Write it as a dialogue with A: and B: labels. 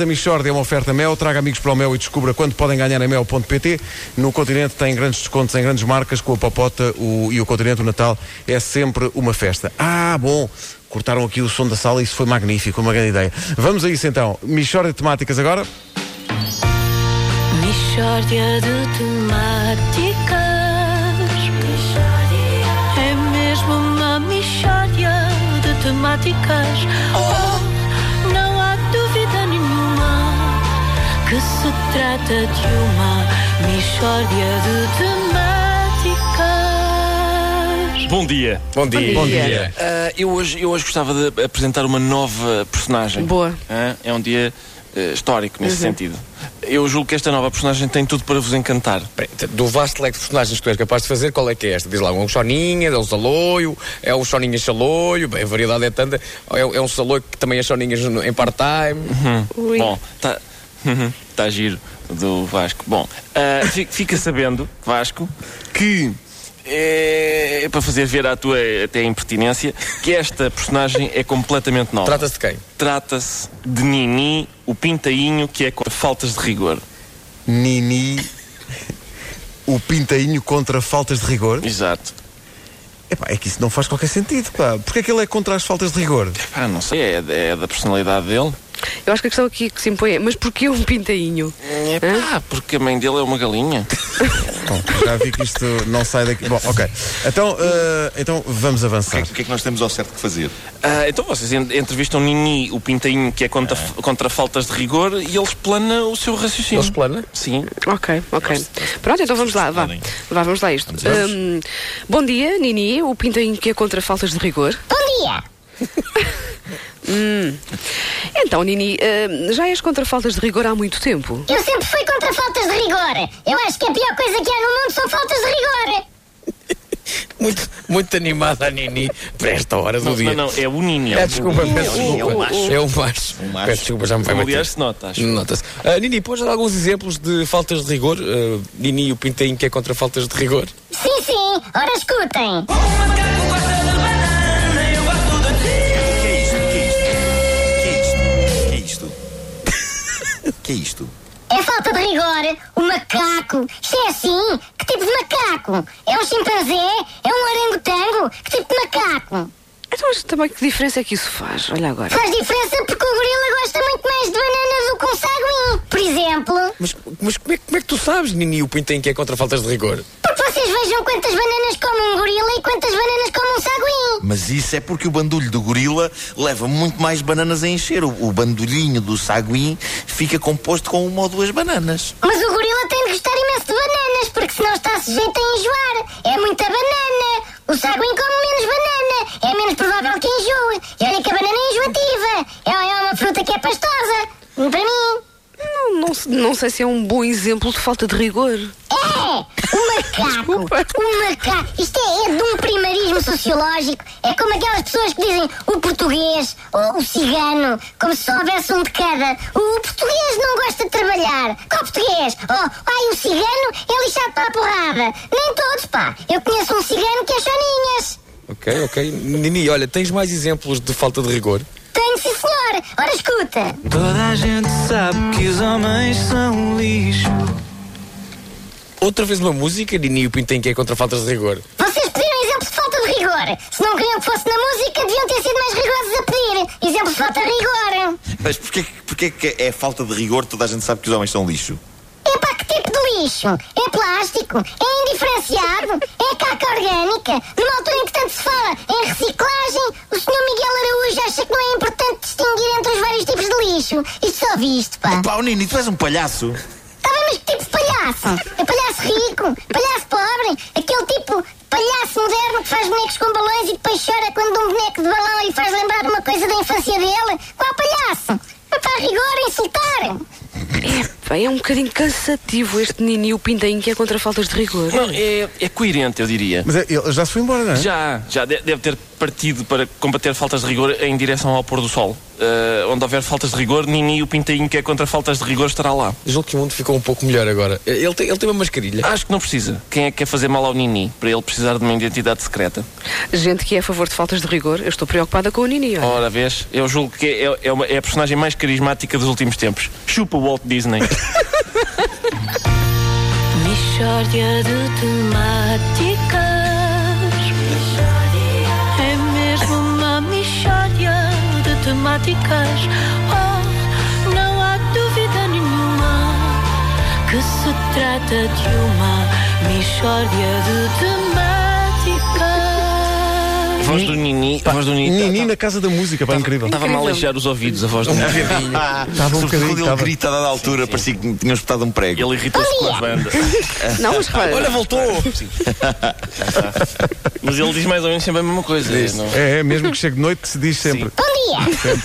A: A Michord é uma oferta Mel, traga amigos para o Mel e descubra quanto podem ganhar em mel.pt. No Continente tem grandes descontos em grandes marcas, com a Papota o- e o Continente, o Natal é sempre uma festa. Ah, bom, cortaram aqui o som da sala, isso foi magnífico, uma grande ideia. Vamos a isso então, Michord de temáticas agora.
B: Mishória de temáticas É mesmo uma mishória de temáticas oh. Não há dúvida nenhuma Que se trata de uma mishória de temáticas
C: Bom dia.
D: Bom dia.
A: Bom dia.
C: Ah, eu, hoje, eu hoje gostava de apresentar uma nova personagem.
E: Boa. Uhum.
C: Ah, é um dia eh, histórico nesse sentido. Eu julgo que esta nova personagem tem tudo para vos encantar.
D: Bem, t- Do vasto leque de personagens que tu és capaz de fazer, qual é que é esta? Diz lá, é um Choninha, é um Saloio, é um Choninha Saloio, bem, a variedade é tanta. É, é um Saloio que também é Choninhas no- em part-time.
C: Uhum.
E: Ui.
C: Bom, está tá giro do Vasco. Bom, ah, fi- fica sabendo, Vasco, que. É, para fazer ver a tua até impertinência, que esta personagem é completamente nova.
D: Trata-se de quem?
C: Trata-se de Nini, o pintainho que é contra faltas de rigor.
A: Nini, o pintainho contra faltas de rigor.
C: Exato.
A: Epá, é que isso não faz qualquer sentido, pá. Porquê é que ele é contra as faltas de rigor?
C: Pá, não sei, é, da- é da personalidade dele.
E: Eu acho que a questão aqui que se impõe é, mas porquê um pintainho?
C: É pá, porque a mãe dele é uma galinha.
A: Bom, já vi que isto não sai daqui. Bom, ok. Então, eh, então vamos
F: O que, é,
A: avançar.
F: que- o que é que nós temos ao certo que fazer?
C: Ah, então vocês en- entrevistam Nini, o pintainho que é contra, contra faltas de rigor, e ele explana o seu raciocínio.
D: Ele explana?
C: Sim.
E: Ok, ok. Pronto, então vamos lá, vá. Vá, vamos lá a isto. Hum, bom dia, Nini, o pintainho que é contra faltas de rigor. Bom dia! Então, Nini, hum, já és contra faltas de rigor há muito tempo.
G: Eu sempre fui contra faltas de rigor. Eu acho que a pior coisa que há no mundo são faltas de rigor.
D: Muito, muito animada a Nini para esta hora do
C: Não,
D: dia.
C: não, não, é o Nini.
D: É, desculpa,
C: É
D: peço
C: o Nini, é o
D: desculpa.
C: macho.
D: É um macho.
F: macho.
D: Peço desculpa, já me vai
C: Aliás,
D: bater.
C: se nota, acho.
D: Nota-se. Ah, Nini, pôs dar alguns exemplos de faltas de rigor? Ah, Nini, o pintainho que é contra faltas de rigor?
G: Sim, sim, ora escutem.
F: O que é isto? O que é isto? O que é isto? O que é isto? O que é isto?
G: É falta de rigor. O macaco. Isto é assim? Que tipo de macaco? É um chimpanzé? É um orangotango? Que tipo de macaco?
E: Então, mas também que diferença é que isso faz? Olha agora.
G: Faz diferença porque o gorila gosta muito mais de banana do que um saguim. Por exemplo,
D: Mas, mas como, é, como é que tu sabes, Nini, o pintainho que é contra faltas de rigor?
G: porque vocês vejam quantas bananas come um gorila e quantas bananas come um saguim.
F: Mas isso é porque o bandulho do gorila leva muito mais bananas a encher. O, o bandulhinho do saguim fica composto com uma ou duas bananas.
G: Mas o gorila tem de gostar imenso de bananas, porque senão está sujeito a enjoar. É muita banana. O saguim come menos banana. É menos provável que enjoe. E olha que a banana é enjoativa. É é uma fruta que é pastosa. Para mim.
E: Não, não se- não sei se é um bom exemplo de falta de rigor.
G: É! O macaco! O macaco! Isto é, é de um primarismo sociológico. É como aquelas pessoas que dizem o português ou o cigano, como se só houvesse um de cada. O português não gosta de trabalhar. Qual português? Oh, ai, o cigano é lixado para a porrada. Nem todos, pá. Eu conheço um cigano que é choninhas.
D: Ok, ok. Nini, olha, tens mais exemplos de falta de rigor?
G: Tenho, sim, senhor. Ora, escuta.
H: Toda a gente sabe que os homens são um lixo.
D: Outra vez uma música, Nini, o Pintinho que é contra faltas de rigor.
G: Vocês pediram exemplo de falta de rigor. Se não queriam que fosse na música, deviam ter sido mais rigorosos a pedir. Exemplo de falta de rigor.
F: Mas porquê, que- porquê que é falta de rigor? Toda a gente sabe que os homens são lixo.
G: Epá, que tipo de lixo? É plástico? É indiferenciado? É caca orgânica? Numa altura em que tanto se fala em reciclagem, o senhor Miguel Araújo acha que não é importante distinguir entre os vários tipos de lixo. Isto só visto, pá.
F: Pá, o Nini, tu és um palhaço.
G: Tá bem, mas que tipo de palhaço? É palhaço rico? Palhaço pobre? Aquele tipo de palhaço moderno que faz bonecos com balões e depois chora quando um boneco de balão lhe faz lembrar uma coisa da infância dele? Qual palhaço? É para rigor insultar.
E: Bem, é um bocadinho cansativo este Nini, o pintainho que é contra faltas de rigor.
C: Não, é, é coerente, eu diria.
A: Mas é- ele já se foi embora, não é?
C: Já, já de- deve ter partido para combater faltas de rigor em direção ao pôr do sol. Eh, onde houver faltas de rigor, Nini, o pintainho que é contra faltas de rigor, estará lá.
D: Julgo que o mundo ficou um pouco melhor agora. Ele tem, ele tem uma mascarilha.
C: Acho que não precisa. Quem é que quer fazer mal ao Nini? Para ele precisar de uma identidade secreta.
E: Gente que é a favor de faltas de rigor, eu estou preocupada com o Nini. olha.
C: Ora, vês? Eu julgo que é, é, uma- é a personagem mais carismática dos últimos tempos. Chupa o Walt Disney.
B: Mistória de temáticas. É mesmo uma mistória de temáticas. Oh, não há dúvida nenhuma que se trata de uma mistória de
C: A
B: temáticas.
C: voz do Nini. A voz do Nini.
A: Nini na casa da música, pá, incrível.
C: Estava-me a aleijar os ouvidos, a voz do Nini.
A: Estava um
F: Sobretudo
A: bocadinho.
F: quando ele
A: estava-
F: grita a dada altura, parecia que tinha espetado um prego.
C: Ele irritou-se com a banda.
E: Não, mas repara,
D: Olha, voltou!
C: Mas ele diz mais ou menos sempre a mesma coisa. Não?
A: É, é, mesmo que chegue de noite, se diz sempre.
G: Bom dia!